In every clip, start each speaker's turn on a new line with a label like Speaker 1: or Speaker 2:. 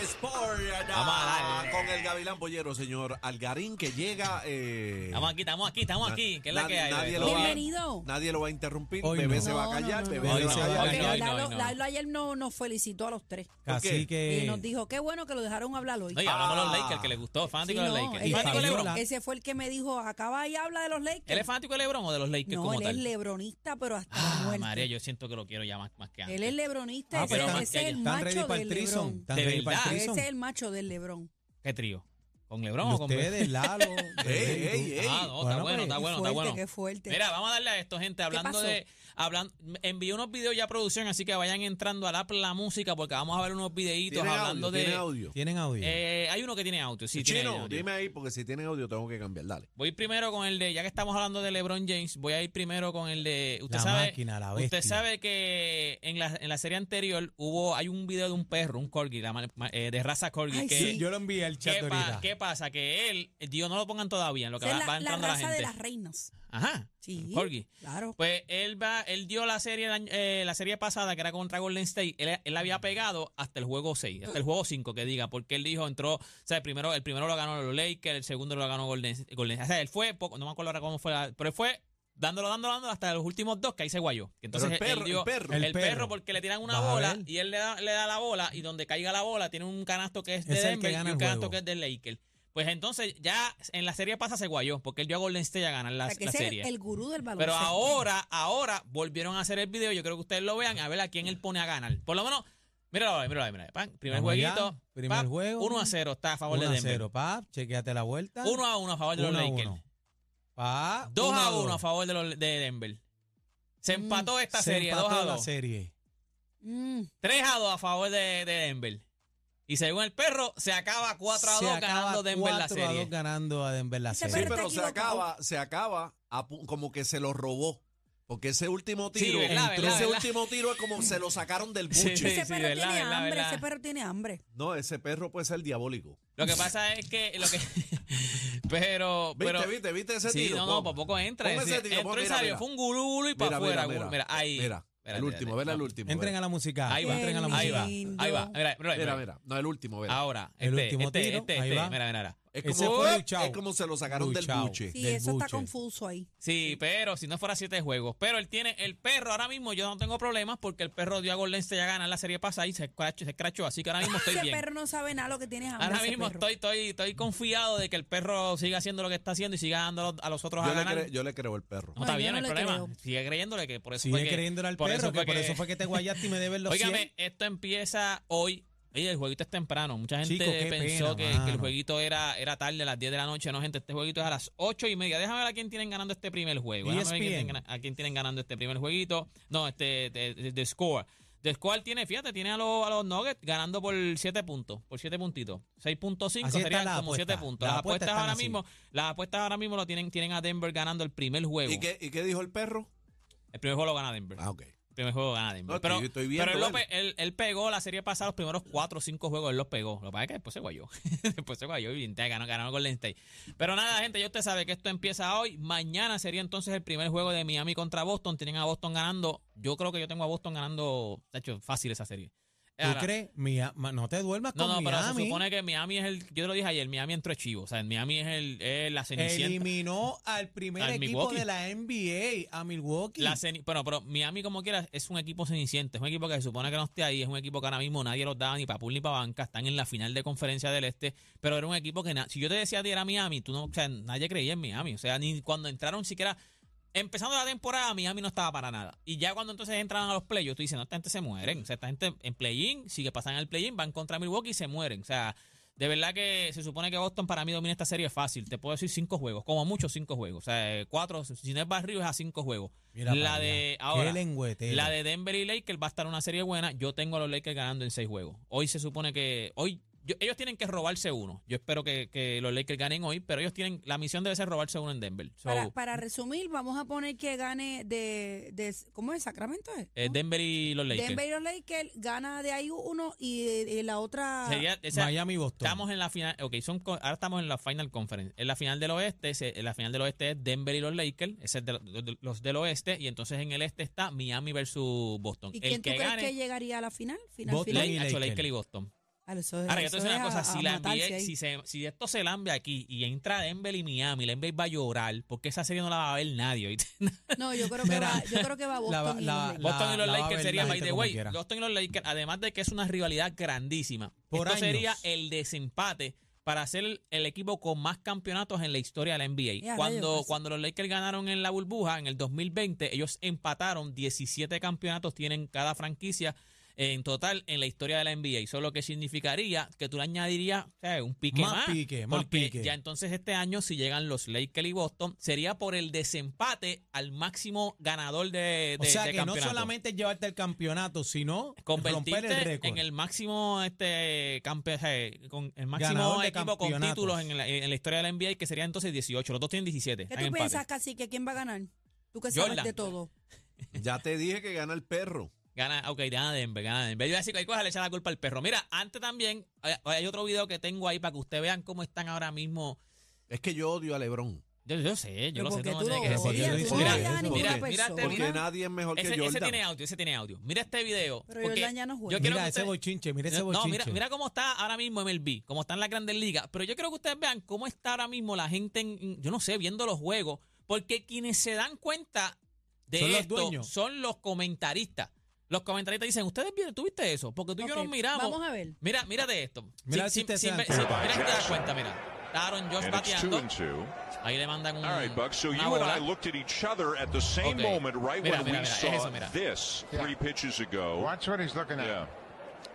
Speaker 1: es por
Speaker 2: Vamos a la- con el Gavilán Bollero, señor Algarín, que llega. eh,
Speaker 3: Estamos aquí, estamos aquí, estamos aquí. ¿Qué es la
Speaker 2: nadie-
Speaker 3: que hay?
Speaker 2: nadie
Speaker 3: ¿Todo
Speaker 2: lo va-
Speaker 3: bien?
Speaker 4: Bienvenido.
Speaker 2: Nadie lo va a interrumpir.
Speaker 5: Hoy
Speaker 2: bebé
Speaker 5: no.
Speaker 2: se va a callar.
Speaker 4: No, no,
Speaker 2: Bebé
Speaker 4: no.
Speaker 2: se
Speaker 3: Hoy
Speaker 2: va a
Speaker 3: no,
Speaker 2: callar.
Speaker 3: hoy
Speaker 4: Porque
Speaker 3: no, hoy
Speaker 4: Lalo,
Speaker 3: no. Eh.
Speaker 4: Lalo ayer no, nos felicitó a los tres.
Speaker 5: Así
Speaker 4: Y
Speaker 5: que
Speaker 4: nos dijo, qué bueno que lo dejaron hablar hoy.
Speaker 3: Oye, hablamos de los Lakers, que le gustó.
Speaker 4: Sí,
Speaker 3: Fanático
Speaker 4: no,
Speaker 3: de los Lakers.
Speaker 4: ese-
Speaker 3: Fanático de
Speaker 4: ese-
Speaker 3: LeBron.
Speaker 4: Ese fue el que me dijo, acaba y habla de los Lakers.
Speaker 3: ¿Él es fanático de LeBron o de los Lakers
Speaker 4: no,
Speaker 3: como
Speaker 4: él es
Speaker 3: tal?
Speaker 4: lebronista, pero hasta la
Speaker 3: Ah,
Speaker 4: muerte.
Speaker 3: María, yo siento que lo quiero ya más, más que antes.
Speaker 4: Él es lebronista,
Speaker 5: Ah,
Speaker 4: ese,
Speaker 3: pero
Speaker 4: ese
Speaker 3: más que
Speaker 4: es el
Speaker 3: allá.
Speaker 5: están ready
Speaker 4: macho
Speaker 5: para
Speaker 4: del
Speaker 5: el trison.
Speaker 4: Lebrón.
Speaker 5: Están
Speaker 3: De
Speaker 5: ready para el
Speaker 3: verdad.
Speaker 5: trison.
Speaker 4: Ese es el macho del Lebrón.
Speaker 3: ¿Qué trío? ¿Con LeBron o con
Speaker 5: Ustedes, Lalo.
Speaker 2: Ey,
Speaker 5: Bebé,
Speaker 2: ey,
Speaker 5: tú.
Speaker 2: ey.
Speaker 3: Ah, no,
Speaker 5: Bueno,
Speaker 3: está bueno, está
Speaker 5: pues, qué
Speaker 3: bueno, está
Speaker 4: fuerte,
Speaker 3: bueno.
Speaker 4: qué fuerte.
Speaker 3: Mira, vamos a darle a esto, gente. Hablando
Speaker 4: pasó?
Speaker 3: de. Hablando, envié unos videos ya a producción, así que vayan entrando al app La Música porque vamos a ver unos videitos
Speaker 2: ¿Tiene
Speaker 3: hablando
Speaker 2: audio? ¿Tiene
Speaker 3: de.
Speaker 2: audio?
Speaker 5: Tienen audio.
Speaker 3: Eh, hay uno que tiene auto, sí, tiene
Speaker 2: Chino,
Speaker 3: audio.
Speaker 2: dime ahí, porque si tienen audio tengo que cambiar. Dale.
Speaker 3: Voy primero con el de, ya que estamos hablando de LeBron James, voy a ir primero con el de, usted
Speaker 5: La
Speaker 3: sabe,
Speaker 5: máquina, la
Speaker 3: usted
Speaker 5: bestia.
Speaker 3: sabe que en la, en la serie anterior hubo, hay un video de un perro, un corgi, la ma- ma- eh, de raza corgi,
Speaker 4: Ay,
Speaker 3: que,
Speaker 4: sí.
Speaker 5: Yo lo envié al
Speaker 3: ¿qué,
Speaker 5: chat
Speaker 3: pa-
Speaker 5: ahorita.
Speaker 3: qué pasa? Que él, Dios no lo pongan todavía, en lo que
Speaker 4: Esa
Speaker 3: va,
Speaker 4: es
Speaker 3: va
Speaker 4: la, la
Speaker 3: entrando la
Speaker 4: raza
Speaker 3: gente.
Speaker 4: de las reinas.
Speaker 3: Ajá,
Speaker 4: Sí.
Speaker 3: corgi.
Speaker 4: Claro.
Speaker 3: Pues él va, él dio la serie, el año- eh, la serie pasada que era contra Golden State, él, él había pegado hasta el juego 6, hasta el juego 5 que diga, porque él dijo, entró, o sea, el primero, el primero lo ganó los Lakers, el segundo lo ganó Golden, Golden State. O sea, él fue, poco- no me acuerdo ahora cómo fue, la- pero él fue dándolo, dándolo, dándolo hasta los últimos dos que ahí se guayó. Que Entonces
Speaker 2: Pero el
Speaker 3: él- él
Speaker 2: perro,
Speaker 3: dio-
Speaker 2: el perro.
Speaker 3: el,
Speaker 5: El
Speaker 3: perro,
Speaker 5: perro.
Speaker 3: porque le tiran una
Speaker 5: Vas a
Speaker 3: bola
Speaker 5: ver.
Speaker 3: y él le da, le da la bola y donde caiga la bola tiene un canasto que es de
Speaker 5: Es el que
Speaker 3: Denver y
Speaker 5: gana
Speaker 3: un
Speaker 5: el
Speaker 3: canasto
Speaker 5: juego.
Speaker 3: que es de Lakers. Pues entonces ya en la serie pasada se guayó, porque él dio a Golden State a ganar la,
Speaker 4: O sea, que
Speaker 3: la
Speaker 4: ese es
Speaker 3: serie.
Speaker 4: el, el gurú del
Speaker 3: Pero
Speaker 4: baloncesto.
Speaker 3: ahora, ahora volvieron a hacer el video. Yo creo que ustedes lo vean a ver a quién él pone a ganar. Por lo menos, míralo, ahí, míralo, ahí, míralo. ahí. Pan, primer
Speaker 5: Vamos allá,
Speaker 3: jueguito.
Speaker 5: primer
Speaker 3: pap,
Speaker 5: juego.
Speaker 3: 1 a 0 está a favor de
Speaker 5: 1 a
Speaker 3: Denver.
Speaker 5: 0, pap. Chequeate la vuelta.
Speaker 3: 1 a 1 a favor de los
Speaker 5: Uno a
Speaker 3: Lakers.
Speaker 5: uno. Pa,
Speaker 3: 2
Speaker 5: uno
Speaker 3: a
Speaker 5: dos.
Speaker 3: 1 a favor de, los, de Denver. Se
Speaker 4: Mm,
Speaker 3: empató esta
Speaker 5: Se
Speaker 3: serie, 2
Speaker 5: empató
Speaker 3: a
Speaker 5: la
Speaker 3: 2.
Speaker 5: serie.
Speaker 4: Mm,
Speaker 3: 3 a 2 a favor de, de Denver. Y según el perro, se acaba 4 a 2
Speaker 5: Se acaba
Speaker 3: ganando Denver la
Speaker 5: 4 a 2
Speaker 3: serie.
Speaker 5: ganando a Denver la
Speaker 4: Ese
Speaker 2: Sí,
Speaker 5: serie.
Speaker 4: perro- está
Speaker 2: pero se
Speaker 4: equivocado.
Speaker 2: acaba, se acaba a pu- como que se lo robó. Porque ese último
Speaker 3: Sí,
Speaker 2: tiro,
Speaker 3: verdad,
Speaker 2: entró-
Speaker 3: verdad,
Speaker 2: ese
Speaker 3: verdad.
Speaker 2: último tiro es como se lo sacaron del
Speaker 3: Sí,
Speaker 2: buche.
Speaker 4: ese
Speaker 3: sí,
Speaker 4: perro
Speaker 3: verdad,
Speaker 4: tiene
Speaker 3: verdad,
Speaker 4: hambre,
Speaker 3: verdad.
Speaker 4: ese perro tiene hambre.
Speaker 2: No, ese perro puede ser diabólico.
Speaker 3: Lo que pasa es que. Lo que pero.
Speaker 2: ¿Viste,
Speaker 3: pero
Speaker 2: viste, viste ese
Speaker 3: sí,
Speaker 2: tiro?
Speaker 3: no, no,
Speaker 2: Pon.
Speaker 3: por poco entra.
Speaker 2: Pon
Speaker 3: es
Speaker 2: ese
Speaker 3: decir,
Speaker 2: tiro, pon,
Speaker 3: entró y
Speaker 2: mira,
Speaker 3: salió.
Speaker 2: mira.
Speaker 3: Fue un gulú y para
Speaker 2: Mira,
Speaker 3: afuera.
Speaker 2: mira,
Speaker 3: gulú. Mira,
Speaker 2: mira.
Speaker 3: ahí.
Speaker 2: Mira, el
Speaker 3: Espérate,
Speaker 2: último,
Speaker 3: espérate.
Speaker 2: ver el último.
Speaker 5: Entren
Speaker 2: ver.
Speaker 5: a la música.
Speaker 3: Ahí va,
Speaker 5: Entren a la
Speaker 4: Qué
Speaker 3: ahí va,
Speaker 5: música.
Speaker 4: lindo.
Speaker 3: ahí va. Mira,
Speaker 2: Mira,
Speaker 3: mira, mira.
Speaker 2: mira. No, el último, mira.
Speaker 3: Ahora,
Speaker 5: El
Speaker 3: este,
Speaker 5: último
Speaker 3: este,
Speaker 5: tiro,
Speaker 3: este,
Speaker 5: ahí
Speaker 3: este,
Speaker 5: va.
Speaker 3: mira, mira, mira.
Speaker 2: Es
Speaker 5: Ese
Speaker 2: como,
Speaker 5: fue
Speaker 2: ¡Uep!
Speaker 5: luchado.
Speaker 2: es como se lo sacaron del
Speaker 5: Luchado.
Speaker 2: buche.
Speaker 4: Sí,
Speaker 5: Del
Speaker 4: eso está
Speaker 5: buche.
Speaker 4: confuso ahí.
Speaker 3: Sí, pero si no fuera siete juegos. Pero él tiene, el perro ahora mismo, yo no tengo problemas porque el perro dio a Golden State a ganar la serie pasada y se escrachó, se escrachó, así que ahora mismo estoy
Speaker 4: Ese
Speaker 3: bien.
Speaker 4: perro no sabe nada lo que tiene hambre.
Speaker 3: Ahora
Speaker 4: ese
Speaker 3: mismo
Speaker 4: perro.
Speaker 3: estoy, estoy, estoy confiado de que el perro siga haciendo lo que está haciendo y siga dando a los- a los otros
Speaker 2: Yo
Speaker 3: a
Speaker 2: le,
Speaker 3: ganar.
Speaker 2: creo, yo le creo el perro.
Speaker 3: no, está
Speaker 4: No, yo
Speaker 3: bien, no
Speaker 4: no
Speaker 3: hay
Speaker 4: le
Speaker 3: problema.
Speaker 4: creo.
Speaker 3: Sigue creyéndole que por eso fue
Speaker 5: Sigue
Speaker 3: que-
Speaker 5: creyéndole al
Speaker 3: por eso
Speaker 5: perro,
Speaker 3: fue
Speaker 5: que por
Speaker 3: que-
Speaker 5: eso fue que te guayaste y me debes los 100.
Speaker 3: Óigame, esto empieza hoy. Oye, el jueguito es temprano. Mucha gente
Speaker 5: Chico, qué
Speaker 3: pensó
Speaker 5: pena,
Speaker 3: que- que, el
Speaker 5: mano.
Speaker 3: jueguito era, era tarde, a las 10 de la noche. No, gente, este jueguito es a las 8 y media. Déjame ver a quién tienen ganando este primer juego. Déjame ver quién
Speaker 5: ESPN.
Speaker 3: tienen gana- a quién tienen ganando este primer jueguito. No, este, de, de- de Score. The Score tiene, fíjate, tiene a los, a los Nuggets ganando por 7 puntos, por 7 puntitos. 6.5
Speaker 5: Así está
Speaker 3: serían
Speaker 5: la
Speaker 3: como 7
Speaker 5: apuesta.
Speaker 3: puntos.
Speaker 5: Las
Speaker 3: Las
Speaker 5: apuestas
Speaker 3: apuestas ahora
Speaker 5: están así.
Speaker 3: mismo, las apuestas ahora mismo lo tienen, tienen a Denver ganando el primer juego.
Speaker 2: ¿Y qué, ¿Y qué dijo el perro?
Speaker 3: El primer juego lo gana Denver.
Speaker 2: Ah, ok.
Speaker 3: El primer juego gana Denver.
Speaker 2: No,
Speaker 3: pero
Speaker 2: estoy- estoy viendo,
Speaker 3: pero él, lo
Speaker 2: vale.
Speaker 3: pe- él- él pegó la serie pasada, los primeros cuatro o cinco juegos, él los pegó. Lo que pasa es que después se guayó. después se guayó y te ganó, ganó Golden State. Pero nada, gente, ya usted sabe que esto empieza hoy. Mañana sería entonces el primer juego de Miami contra Boston. Tienen a Boston ganando. Yo creo que yo tengo a Boston ganando, de hecho, fácil esa serie.
Speaker 5: ¿Tú
Speaker 3: Ahora,
Speaker 5: crees? Mia- ma- no te duermas
Speaker 3: No,
Speaker 5: con
Speaker 3: no, pero se
Speaker 5: Miami.
Speaker 3: supone que Miami es el, yo te lo dije ayer, Miami entró chivo. O sea, Miami es el, es la cenicienta.
Speaker 5: Eliminó al primer
Speaker 3: Al
Speaker 5: equipo
Speaker 3: Milwaukee.
Speaker 5: de la NBA, a Milwaukee.
Speaker 3: La ceni- bueno, pero Miami, como quiera, es un equipo ceniciente. Es un equipo que se supone que no esté ahí. Es un equipo que ahora mismo nadie los da ni para pool ni para banca. Están en la final de conferencia del Este. Pero era un equipo que, na- si yo te decía a ti era Miami, tú no, o sea, nadie creía en Miami. O sea, ni cuando entraron siquiera. Empezando la temporada, Miami no estaba para nada. Y ya cuando entonces entraron a los playoffs, tú dices, no, esta gente se mueren. O sea, esta gente en play-in, si que pasan al play-in, van contra Milwaukee y se mueren. O sea, De verdad que se supone que Boston para mí domina esta serie fácil. Te puedo decir cinco juegos, como mucho cinco juegos. O sea, cuatro, si no es barrio, es a cinco juegos.
Speaker 5: Mira
Speaker 3: la
Speaker 5: para
Speaker 3: de
Speaker 5: allá.
Speaker 3: ahora,
Speaker 5: Qué lengüetero.
Speaker 3: la de Denver y Lakers va a estar una serie buena. Yo tengo a los Lakers ganando en seis juegos. Hoy se supone que hoy yo- ellos tienen que robarse uno. Yo espero que, que los Lakers ganen hoy, pero ellos tienen la misión debe ser robarse uno en Denver. So,
Speaker 4: Para, para resumir, vamos a poner que gane de, de ¿cómo es? Sacramento es.
Speaker 3: eh,
Speaker 4: ¿no?
Speaker 3: Denver y los Lakers.
Speaker 4: Denver y los Lakers gana de ahí uno y de, de la otra
Speaker 3: Sería- o sea,
Speaker 5: Miami Boston.
Speaker 3: Estamos en la final, ok, son, co- ahora estamos en la final conference. En la final del oeste, se- en la final del oeste es Denver y los Lakers, ese es de, lo- de- los del oeste, y entonces en el este está Miami versus Boston.
Speaker 4: ¿Y
Speaker 3: el
Speaker 4: quién tú
Speaker 3: que
Speaker 4: crees
Speaker 3: gane,
Speaker 4: que llegaría a la final? Final,
Speaker 5: Boston
Speaker 4: final.
Speaker 3: Lake-
Speaker 5: Lakers.
Speaker 3: hecho, Lakers y Boston.
Speaker 4: A los ojos,
Speaker 3: Ahora, yo te
Speaker 4: Pues eso
Speaker 3: voy a decir una
Speaker 4: es
Speaker 3: cosa,
Speaker 4: a-
Speaker 3: si,
Speaker 4: a
Speaker 3: la
Speaker 4: matarse
Speaker 3: NBA
Speaker 4: ahí.
Speaker 3: si, se- si esto se lambe aquí y entra Denver y Miami, la NBA va a llorar, porque esa serie no la va a ver nadie. ¿oíste?
Speaker 4: No, yo creo que
Speaker 5: Mira,
Speaker 4: va, yo creo que va Boston y
Speaker 5: la-
Speaker 4: los
Speaker 5: la-
Speaker 4: Lakers.
Speaker 5: la-
Speaker 3: Boston y los
Speaker 5: va a
Speaker 3: Lakers
Speaker 5: ver
Speaker 3: sería,
Speaker 5: la
Speaker 3: by
Speaker 5: gente
Speaker 3: the
Speaker 5: como
Speaker 3: way,
Speaker 5: quiera.
Speaker 3: Boston y los Lakers, además de que es una rivalidad grandísima,
Speaker 5: Por
Speaker 3: esto
Speaker 5: años.
Speaker 3: sería el desempate para ser el, el equipo con más campeonatos en la historia de la NBA.
Speaker 4: Ya,
Speaker 3: cuando,
Speaker 4: rayos.
Speaker 3: cuando los Lakers ganaron en la burbuja en el 2020, ellos empataron 17 campeonatos tienen cada franquicia en total en la historia de la NBA. Eso lo que significaría que tú le añadirías o sea, un pique más.
Speaker 5: Más pique, más
Speaker 3: porque
Speaker 5: pique.
Speaker 3: Ya entonces este año, si llegan los Lakers y Boston, sería por el desempate al máximo ganador de, de
Speaker 5: o sea
Speaker 3: de
Speaker 5: que no
Speaker 3: campeonato.
Speaker 5: solamente es llevarte el campeonato, sino romper el
Speaker 3: Convertirte
Speaker 5: récord.
Speaker 3: en el máximo este campe- eh, con el máximo
Speaker 5: Ganador de
Speaker 3: equipo con
Speaker 5: campeonatos.
Speaker 3: títulos en la, en la historia de la NBA que sería entonces 18 los dos tienen 17
Speaker 4: ¿Qué
Speaker 3: están
Speaker 4: tú
Speaker 3: en
Speaker 4: piensas,
Speaker 3: empate.
Speaker 4: casi que quién va a ganar? Tú que
Speaker 3: Jordan.
Speaker 4: sabes de todo.
Speaker 2: Ya te dije que gana el perro.
Speaker 3: gana ok gana Denver gana Denver yo voy a decir que hay cosas le echan la culpa al perro mira antes también hay, hay otro video que tengo ahí para que ustedes vean cómo están ahora mismo
Speaker 2: Es que yo odio a Lebrón.
Speaker 3: yo, yo sé yo
Speaker 4: Pero
Speaker 3: lo sé
Speaker 4: porque
Speaker 3: tú no
Speaker 4: tú
Speaker 3: tienes
Speaker 4: lo
Speaker 3: que decir.
Speaker 4: odias,
Speaker 5: Yo
Speaker 4: tú
Speaker 5: lo
Speaker 3: mira,
Speaker 4: no odias a
Speaker 2: porque-
Speaker 4: ninguna
Speaker 3: porque-
Speaker 4: persona.
Speaker 2: Porque nadie es mejor
Speaker 3: ese,
Speaker 2: que
Speaker 3: ese tiene
Speaker 2: Jordan.
Speaker 3: audio ese tiene audio mira este video
Speaker 4: Pero
Speaker 3: porque
Speaker 4: Jordan ya no juega.
Speaker 3: yo quiero
Speaker 5: mira
Speaker 3: que
Speaker 5: ese
Speaker 3: ustedes-
Speaker 5: bochinche, mira ese
Speaker 3: No,
Speaker 5: bochinche.
Speaker 3: mira, mira cómo está ahora mismo MLB, cómo están las grandes ligas. Pero yo quiero que ustedes vean cómo está ahora mismo la gente, en- yo no sé, viendo los juegos, porque quienes se dan cuenta de
Speaker 5: Son los
Speaker 3: esto
Speaker 5: dueños.
Speaker 3: son los comentaristas. Los comentaristas dicen, ustedes vieron, ¿tuviste eso? Porque tú y yo
Speaker 4: Ok,
Speaker 3: nos miramos.
Speaker 4: Vamos a ver.
Speaker 3: Mira, mírate esto.
Speaker 5: Mira
Speaker 3: Sin-
Speaker 5: si ustedes
Speaker 3: sin-
Speaker 5: se
Speaker 3: sin-
Speaker 5: dan
Speaker 3: sin-
Speaker 5: cuenta.
Speaker 3: mira si te das cuenta, mira. Aaron Josh
Speaker 1: And it's two
Speaker 3: bateando.
Speaker 1: and two.
Speaker 3: Ahí le mandan un.
Speaker 1: All right, Buck. So
Speaker 3: Mm. una
Speaker 1: you and
Speaker 3: bola.
Speaker 1: I looked at each other at the same
Speaker 3: Okay.
Speaker 1: moment right
Speaker 3: Mira,
Speaker 1: when
Speaker 3: mira,
Speaker 1: we
Speaker 3: mira, es
Speaker 1: saw
Speaker 3: eso, mira.
Speaker 1: this
Speaker 6: Yeah.
Speaker 1: three pitches ago.
Speaker 6: Watch what he's looking at.
Speaker 1: Yeah.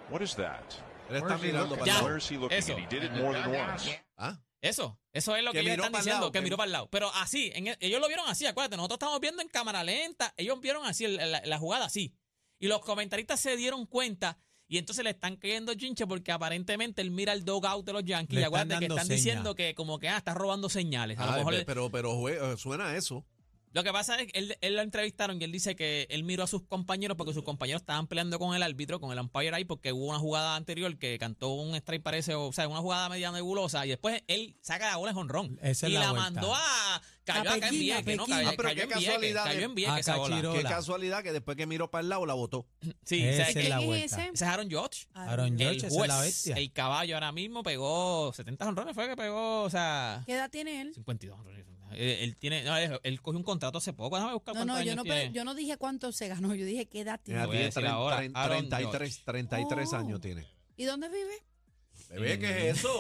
Speaker 1: What is that?
Speaker 2: Él está
Speaker 6: Where's he
Speaker 2: mirando
Speaker 6: looking?
Speaker 2: para
Speaker 3: Ya.
Speaker 1: Where
Speaker 2: el lado.
Speaker 1: is he looking?
Speaker 3: Eso.
Speaker 1: at? He did it more than once.
Speaker 2: ¿Ah?
Speaker 3: Eso, eso es lo
Speaker 2: Que
Speaker 3: que, ellos
Speaker 2: miró
Speaker 3: están
Speaker 2: pa'l
Speaker 3: diciendo,
Speaker 2: lado,
Speaker 3: que
Speaker 2: que-
Speaker 3: miró para el lado. Pero así, en el- ellos lo vieron así, acuérdate, nosotros estamos viendo en cámara lenta, ellos vieron así el- la, la jugada así. Y los comentaristas se dieron cuenta y entonces le están cayendo chinche porque aparentemente él mira el dogout de los Yankees
Speaker 5: Le
Speaker 3: y
Speaker 5: están
Speaker 3: acuérdate que
Speaker 5: dando
Speaker 3: están
Speaker 5: señas.
Speaker 3: diciendo que como que ah, está robando señales. A lo
Speaker 2: Ay,
Speaker 3: mejor le-
Speaker 2: pero, pero jue- eh, suena eso.
Speaker 3: lo que pasa es que él, él lo entrevistaron y él dice que él miró a sus compañeros porque sus compañeros estaban peleando con el árbitro, con el umpire ahí, porque hubo una jugada anterior que cantó un strike, parece, o sea, una jugada media nebulosa, y después él saca la bola en jonrón.
Speaker 5: Esa es
Speaker 3: y la,
Speaker 5: la vuelta.
Speaker 3: mandó a. Cayó acá
Speaker 4: A
Speaker 3: en
Speaker 4: Pekín, a
Speaker 3: Vieques, ¿no?
Speaker 4: Pekín.
Speaker 3: Cayó,
Speaker 2: Ah, pero
Speaker 3: cayó
Speaker 2: qué
Speaker 3: en Vieques,
Speaker 2: casualidad
Speaker 3: cayó
Speaker 2: que-
Speaker 4: eh.
Speaker 3: en Vieques
Speaker 5: a
Speaker 3: esa bola.
Speaker 5: Ah, Cachiro. Hola.
Speaker 2: Qué casualidad que después que miró para el lado la votó.
Speaker 3: Sí, o sea,
Speaker 5: Esa
Speaker 3: que-
Speaker 5: es la
Speaker 4: ¿Quién es
Speaker 5: vuelta.
Speaker 4: ese?
Speaker 3: ese es Aaron George.
Speaker 4: Ah.
Speaker 5: Aaron
Speaker 3: El
Speaker 5: George, esa es la
Speaker 3: juez,
Speaker 5: bestia.
Speaker 3: el caballo ahora mismo pegó 70 jonrones, fue que pegó, o sea,
Speaker 4: ¿Qué edad tiene él?
Speaker 3: 52 jonrones. Eh, Él tiene, no, él, él cogió un contrato hace poco, déjame buscar
Speaker 4: No,
Speaker 3: cuántos
Speaker 4: no, yo
Speaker 3: años
Speaker 4: no,
Speaker 3: tiene.
Speaker 4: pe- yo no dije cuánto se ganó, yo dije qué edad
Speaker 2: Ella
Speaker 4: tiene.
Speaker 3: voy a
Speaker 2: tiene
Speaker 3: decir
Speaker 2: tre-
Speaker 3: ahora,
Speaker 2: tre-
Speaker 3: Aaron
Speaker 2: 33, 33
Speaker 4: Oh.
Speaker 2: años tiene.
Speaker 4: ¿Y dónde vive?
Speaker 2: Bebé, ¿qué es eso?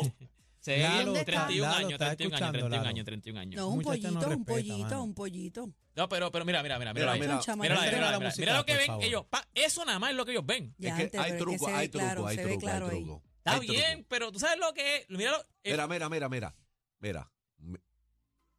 Speaker 3: Se
Speaker 5: Lalo
Speaker 3: ve
Speaker 4: está-
Speaker 3: 31
Speaker 5: Lalo
Speaker 3: años,
Speaker 5: está
Speaker 3: 31 años,
Speaker 5: escuchando,
Speaker 3: 31
Speaker 5: Lalo.
Speaker 3: años, 31 años.
Speaker 4: No, es un
Speaker 5: Muchacha
Speaker 4: pollito,
Speaker 5: no
Speaker 4: un
Speaker 5: respeta,
Speaker 4: pollito,
Speaker 5: mano.
Speaker 4: un pollito.
Speaker 3: No, pero, pero mira, mira, mira, mira.
Speaker 2: Mira,
Speaker 3: ahí.
Speaker 2: mira.
Speaker 4: Es un chamaco.
Speaker 3: Ah, Mira,
Speaker 5: Entra
Speaker 3: mira,
Speaker 5: la
Speaker 3: mira,
Speaker 5: música,
Speaker 3: mira lo que
Speaker 5: por
Speaker 3: ven
Speaker 5: favor.
Speaker 3: ellos. pa, eso nada más es lo que ellos ven.
Speaker 4: Ya,
Speaker 2: es que
Speaker 4: antes,
Speaker 2: hay
Speaker 4: pero es
Speaker 2: truco,
Speaker 4: se ve
Speaker 2: hay truco,
Speaker 4: claro,
Speaker 2: hay
Speaker 4: se ve
Speaker 2: truco,
Speaker 4: claro
Speaker 2: hay
Speaker 4: ahí.
Speaker 2: truco.
Speaker 3: Está
Speaker 2: Hay truco.
Speaker 3: bien, pero tú sabes lo que es. Mira, lo- eh,
Speaker 2: Mira, mira, mira, mira. Mira. M-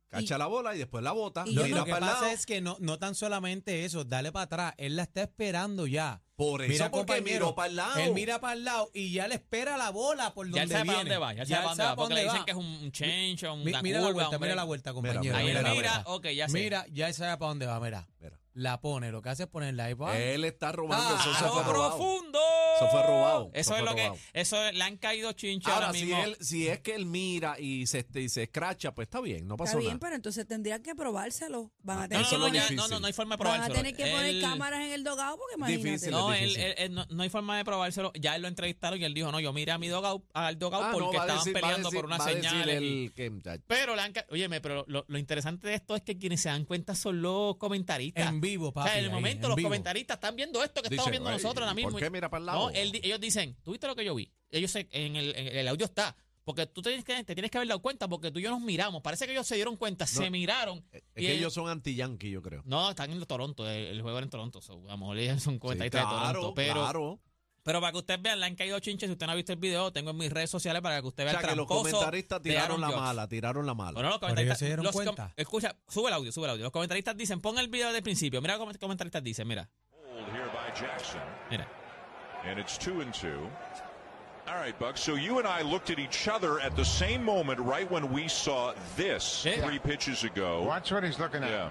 Speaker 2: Cacha
Speaker 4: Y-
Speaker 2: la bola y después la bota.
Speaker 4: y
Speaker 5: No,
Speaker 4: yo
Speaker 2: mira
Speaker 5: lo que
Speaker 2: para el lado.
Speaker 5: pasa es que no, no tan solamente eso, dale para atrás, él la está esperando ya.
Speaker 2: Por eso,
Speaker 5: Mira,
Speaker 2: porque
Speaker 5: compañero,
Speaker 2: miró para el lado.
Speaker 5: Él mira para el lado y ya le espera la bola por donde
Speaker 3: ya él sabe para
Speaker 5: viene.
Speaker 3: dónde va, ya él sabe para dónde va. Porque le dicen que es un un change, un
Speaker 5: Mi-
Speaker 3: una
Speaker 5: mira
Speaker 3: curva,
Speaker 5: la vuelta,
Speaker 3: un
Speaker 5: mira
Speaker 3: break.
Speaker 5: la vuelta,
Speaker 2: Mira,
Speaker 5: compañero.
Speaker 2: mira,
Speaker 3: Ahí
Speaker 2: mira
Speaker 3: él
Speaker 2: la
Speaker 3: mira,
Speaker 2: vuelta.
Speaker 3: ok, ya sé.
Speaker 5: Mira, ya él sabe para dónde va, mira.
Speaker 2: Mira.
Speaker 5: La pone, lo que hace es ponerla ahí. pa.
Speaker 2: Él está robando.
Speaker 5: Ah,
Speaker 2: eso se
Speaker 3: ¡A lo
Speaker 2: fue robado.
Speaker 3: profundo!
Speaker 2: Eso fue robado,
Speaker 3: Eso,
Speaker 2: eso
Speaker 3: es
Speaker 2: fue
Speaker 3: lo que.
Speaker 2: robado.
Speaker 3: Eso es- le han caído chinches ahora,
Speaker 2: Ahora, si,
Speaker 3: mismo.
Speaker 2: él, si es que él mira y se, este, y se escracha, pues está bien, no
Speaker 4: Está
Speaker 2: pasó
Speaker 4: bien,
Speaker 2: nada.
Speaker 4: pero entonces tendrían que probárselo. Van a
Speaker 2: Ah,
Speaker 3: no,
Speaker 4: tener
Speaker 3: no,
Speaker 2: eso
Speaker 4: que
Speaker 2: es lo
Speaker 3: no,
Speaker 4: poner-
Speaker 3: ya-
Speaker 2: difícil.
Speaker 3: no, no, no hay forma de
Speaker 4: Van
Speaker 3: probárselo.
Speaker 4: a tener que
Speaker 3: Él-
Speaker 4: poner cámaras en el dogado porque imagínate.
Speaker 2: Difícil.
Speaker 3: No,
Speaker 2: es
Speaker 3: él,
Speaker 2: difícil.
Speaker 3: él- él no, no hay forma de probárselo. Ya él lo entrevistaron y él dijo, no, yo miré a mi dogout, al dogout
Speaker 2: Ah, no,
Speaker 3: porque
Speaker 2: va a
Speaker 3: estaban
Speaker 2: decir- va a
Speaker 3: peleando
Speaker 2: decir-
Speaker 3: por una
Speaker 2: va a decir
Speaker 3: señal.
Speaker 2: el que- ya-
Speaker 3: Pero, le han ca- óyeme, pero lo, lo interesante de esto es que quienes se dan cuenta son los comentaristas.
Speaker 5: En vivo,
Speaker 3: O
Speaker 5: papi.
Speaker 3: sea, en el
Speaker 5: ahí,
Speaker 3: momento
Speaker 5: en
Speaker 3: los
Speaker 5: vivo.
Speaker 3: comentaristas están viendo esto que estamos
Speaker 2: Dice,
Speaker 3: viendo
Speaker 2: "Ay,
Speaker 3: nosotros ahora
Speaker 2: ¿y
Speaker 3: mismo.
Speaker 2: ¿Por qué mira para el lado?
Speaker 3: No, él di- ellos dicen, ¿tuviste lo que yo vi? Ellos se- en, el, en el audio está. Porque tú tienes que, te tienes que haber dado cuenta porque tú y yo nos miramos. Parece que ellos se dieron cuenta, se miraron.
Speaker 2: es
Speaker 3: y
Speaker 2: que
Speaker 3: él-
Speaker 2: ellos son anti-yankee, yo creo.
Speaker 3: No, están en Toronto. El, el juego era en Toronto. so, a lo mejor ellos son
Speaker 2: Sí,
Speaker 3: cuenta de
Speaker 2: claro,
Speaker 3: Toronto. Pero
Speaker 2: claro.
Speaker 3: Pero para que ustedes vean, le han caído chinches. Si usted no ha visto el video, tengo en mis redes sociales para que
Speaker 2: O
Speaker 3: usted vea
Speaker 2: sea,
Speaker 3: el
Speaker 2: que los
Speaker 3: tramposo
Speaker 2: comentaristas
Speaker 3: de
Speaker 2: tiraron
Speaker 3: Aaron
Speaker 2: la
Speaker 3: Judge.
Speaker 2: mala, tiraron la mala.
Speaker 3: Bueno, los
Speaker 5: Pero ellos
Speaker 3: comentaristas.
Speaker 5: se dieron
Speaker 3: los com-
Speaker 5: cuenta.
Speaker 3: escucha, sube el audio, sube el audio. Los comentaristas dicen, ponga el video del principio. Mira cómo los comentaristas dicen, mira,
Speaker 1: Hold here by Jackson,
Speaker 3: mira.
Speaker 1: and it's two and two. All right, Buck. So you and I looked at each other at the same moment, right when we saw this
Speaker 3: Yeah.
Speaker 1: three pitches ago.
Speaker 6: Watch what he's looking at.
Speaker 1: Yeah.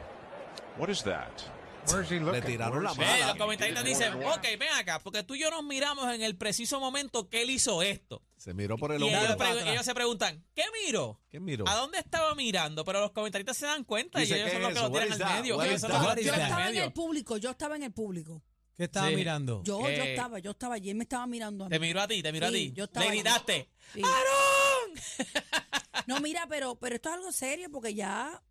Speaker 1: What is that?
Speaker 6: Where's he
Speaker 2: Le
Speaker 6: looking?
Speaker 2: tiraron la
Speaker 6: Where's
Speaker 3: Ve,
Speaker 2: mala.
Speaker 3: los comentaristas dicen, ok, ven acá, porque tú y yo nos miramos en el preciso momento que él hizo esto.
Speaker 2: Se miró por el
Speaker 3: Y ellos,
Speaker 2: hombro.
Speaker 5: para
Speaker 3: pregu-
Speaker 5: atrás.
Speaker 3: ellos se preguntan, ¿qué miro?
Speaker 2: ¿Qué miró?
Speaker 3: ¿A dónde estaba mirando? Pero los comentaristas se dan cuenta
Speaker 2: Dice,
Speaker 3: y ellos
Speaker 2: ¿qué
Speaker 3: son
Speaker 2: es
Speaker 3: los que lo
Speaker 2: eso?
Speaker 3: tiran
Speaker 2: What is
Speaker 3: al
Speaker 2: that?
Speaker 3: medio.
Speaker 2: What
Speaker 3: Ellos
Speaker 2: is
Speaker 3: son los que
Speaker 5: that?
Speaker 3: lo tiran
Speaker 4: Yo
Speaker 5: What
Speaker 3: al
Speaker 5: is
Speaker 4: estaba en
Speaker 3: medio.
Speaker 4: el público, yo estaba en el público.
Speaker 5: ¿Qué estaba
Speaker 3: Sí.
Speaker 5: mirando?
Speaker 4: Yo, yo
Speaker 3: Eh.
Speaker 4: estaba, yo estaba allí, él me estaba mirando a mí.
Speaker 3: Te Ah, miró a ti, te miró
Speaker 4: Sí, yo
Speaker 3: a ti.
Speaker 4: estaba
Speaker 3: Le
Speaker 4: allí.
Speaker 3: gritaste,
Speaker 4: Sí.
Speaker 3: ¡Aarón!
Speaker 4: No, mira, pero, pero esto es algo serio porque ya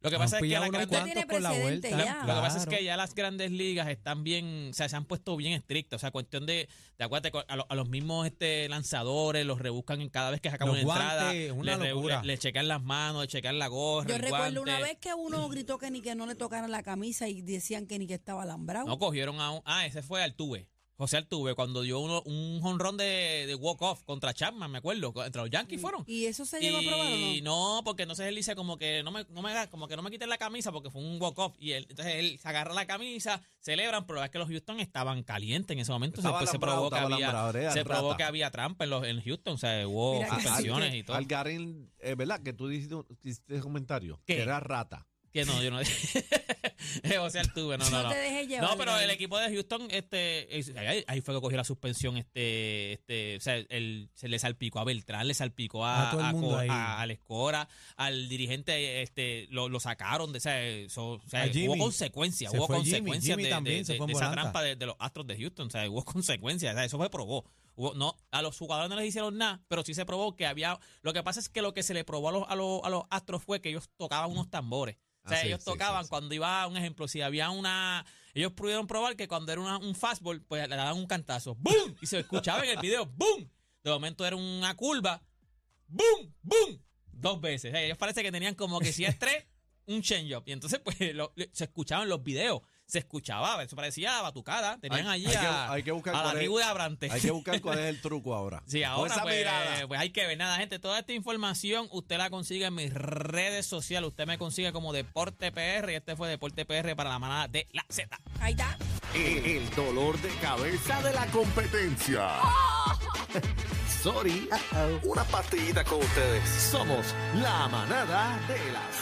Speaker 3: Lo que
Speaker 5: Han
Speaker 3: pasa es que
Speaker 5: pillado
Speaker 3: las
Speaker 5: unos
Speaker 3: grandes-
Speaker 4: cuantos
Speaker 5: cuantos con la
Speaker 4: precedente
Speaker 5: vuelta.
Speaker 4: ya.
Speaker 3: Lo que pasa es
Speaker 5: Claro.
Speaker 3: que ya las grandes ligas están bien, o sea, se han puesto bien estrictas. O sea, cuestión de, de acuérdate, co- a, lo- a los mismos este, lanzadores los rebuscan en cada vez que sacan
Speaker 5: Los
Speaker 3: una entrada.
Speaker 5: guantes, una
Speaker 3: le, re-
Speaker 5: locura.
Speaker 3: le- le checan las manos, le checan la gorra.
Speaker 4: Yo
Speaker 3: el
Speaker 4: recuerdo
Speaker 3: guante.
Speaker 4: una vez que uno gritó que ni que no le tocaran la camisa y decían que ni que estaba alambrado.
Speaker 3: No cogieron a un. Ah, ese fue Altuve. José Altuve, cuando dio uno, un jonrón de, de walk-off contra Chapman, me acuerdo. Contra los Yankees fueron.
Speaker 4: Mm. ¿Y eso se lleva a probar o
Speaker 3: Y
Speaker 4: no?
Speaker 3: no, porque entonces él dice como que no me, no me haga- como que no me quiten la camisa porque fue un walk off y él, entonces él se agarra la camisa, celebran, pero es que los Houston estaban calientes en ese momento, o sea,
Speaker 2: Estaba
Speaker 3: después se
Speaker 2: alambrado,
Speaker 3: probó que
Speaker 2: estaba
Speaker 3: había
Speaker 2: alambrado, era
Speaker 3: se
Speaker 2: rata.
Speaker 3: probó que había trampa en los en Houston, o sea, hubo
Speaker 4: Mira que
Speaker 3: suspensiones
Speaker 4: sí,
Speaker 3: y todo.
Speaker 2: Algarín, es eh, verdad que tú dijiste un- hiciste ese comentario,
Speaker 3: ¿Qué?
Speaker 2: que era rata.
Speaker 3: Que no, yo no o sea, Altuve, no, no,
Speaker 4: No
Speaker 3: no.
Speaker 4: te dejes llevar,
Speaker 3: No, pero
Speaker 4: Gaby.
Speaker 3: el equipo de Houston, este, es- ahí, ahí fue que cogió la suspensión, este, este, o sea, el- se le salpicó a Beltrán, le salpicó a,
Speaker 5: A todo el mundo
Speaker 3: Co-
Speaker 5: ahí.
Speaker 3: a- al Escora, al dirigente, este, lo, lo sacaron de, o sea, eso- o sea,
Speaker 5: A Jimmy.
Speaker 3: hubo consecuencias,
Speaker 5: Se
Speaker 3: hubo
Speaker 5: fue Jimmy,
Speaker 3: consecuencias
Speaker 5: Jimmy
Speaker 3: de- de,
Speaker 5: también se
Speaker 3: de-
Speaker 5: fue
Speaker 3: de
Speaker 5: en
Speaker 3: esa
Speaker 5: volanta.
Speaker 3: trampa de, de los Astros de Houston, o sea, hubo consecuencias, o sea, eso se probó. Hubo- no, a los jugadores no les hicieron nada, pero sí se probó que había, lo que pasa es que lo que se le probó a los, a los, a los Astros fue que ellos tocaban unos tambores. O sea,
Speaker 2: Ah, sí,
Speaker 3: ellos
Speaker 2: sí,
Speaker 3: tocaban
Speaker 2: sí, sí.
Speaker 3: cuando iba, un ejemplo, si había una. Ellos pudieron probar que cuando era una- un fastball, pues le daban un cantazo. ¡Bum! Y se escuchaba en el video. ¡Bum! De momento era una curva. ¡Bum! ¡Bum! Dos veces. O sea, ellos parece que tenían como que si es tres, un change up. Y entonces, pues, lo- lo- se escuchaban los videos. Se escuchaba. Eso parecía batucada. Tenían
Speaker 2: Hay-
Speaker 3: allí
Speaker 2: hay que-
Speaker 3: a,
Speaker 2: hay que buscar
Speaker 3: a la
Speaker 2: cuál es-
Speaker 3: tribu de Abrante.
Speaker 2: Hay que buscar cuál es el truco ahora.
Speaker 3: Sí,
Speaker 2: Con
Speaker 3: ahora
Speaker 2: esa
Speaker 3: pues,
Speaker 2: mirada.
Speaker 3: pues hay que ver nada, gente. Toda esta información usted la consigue en mis redes sociales. Usted me consigue como Deporte PR y este fue Deporte PR para la manada de la Z.
Speaker 4: Ahí está.
Speaker 7: El dolor de cabeza de la competencia. Sorry. Una pastillita con ustedes. Somos la manada de la Z.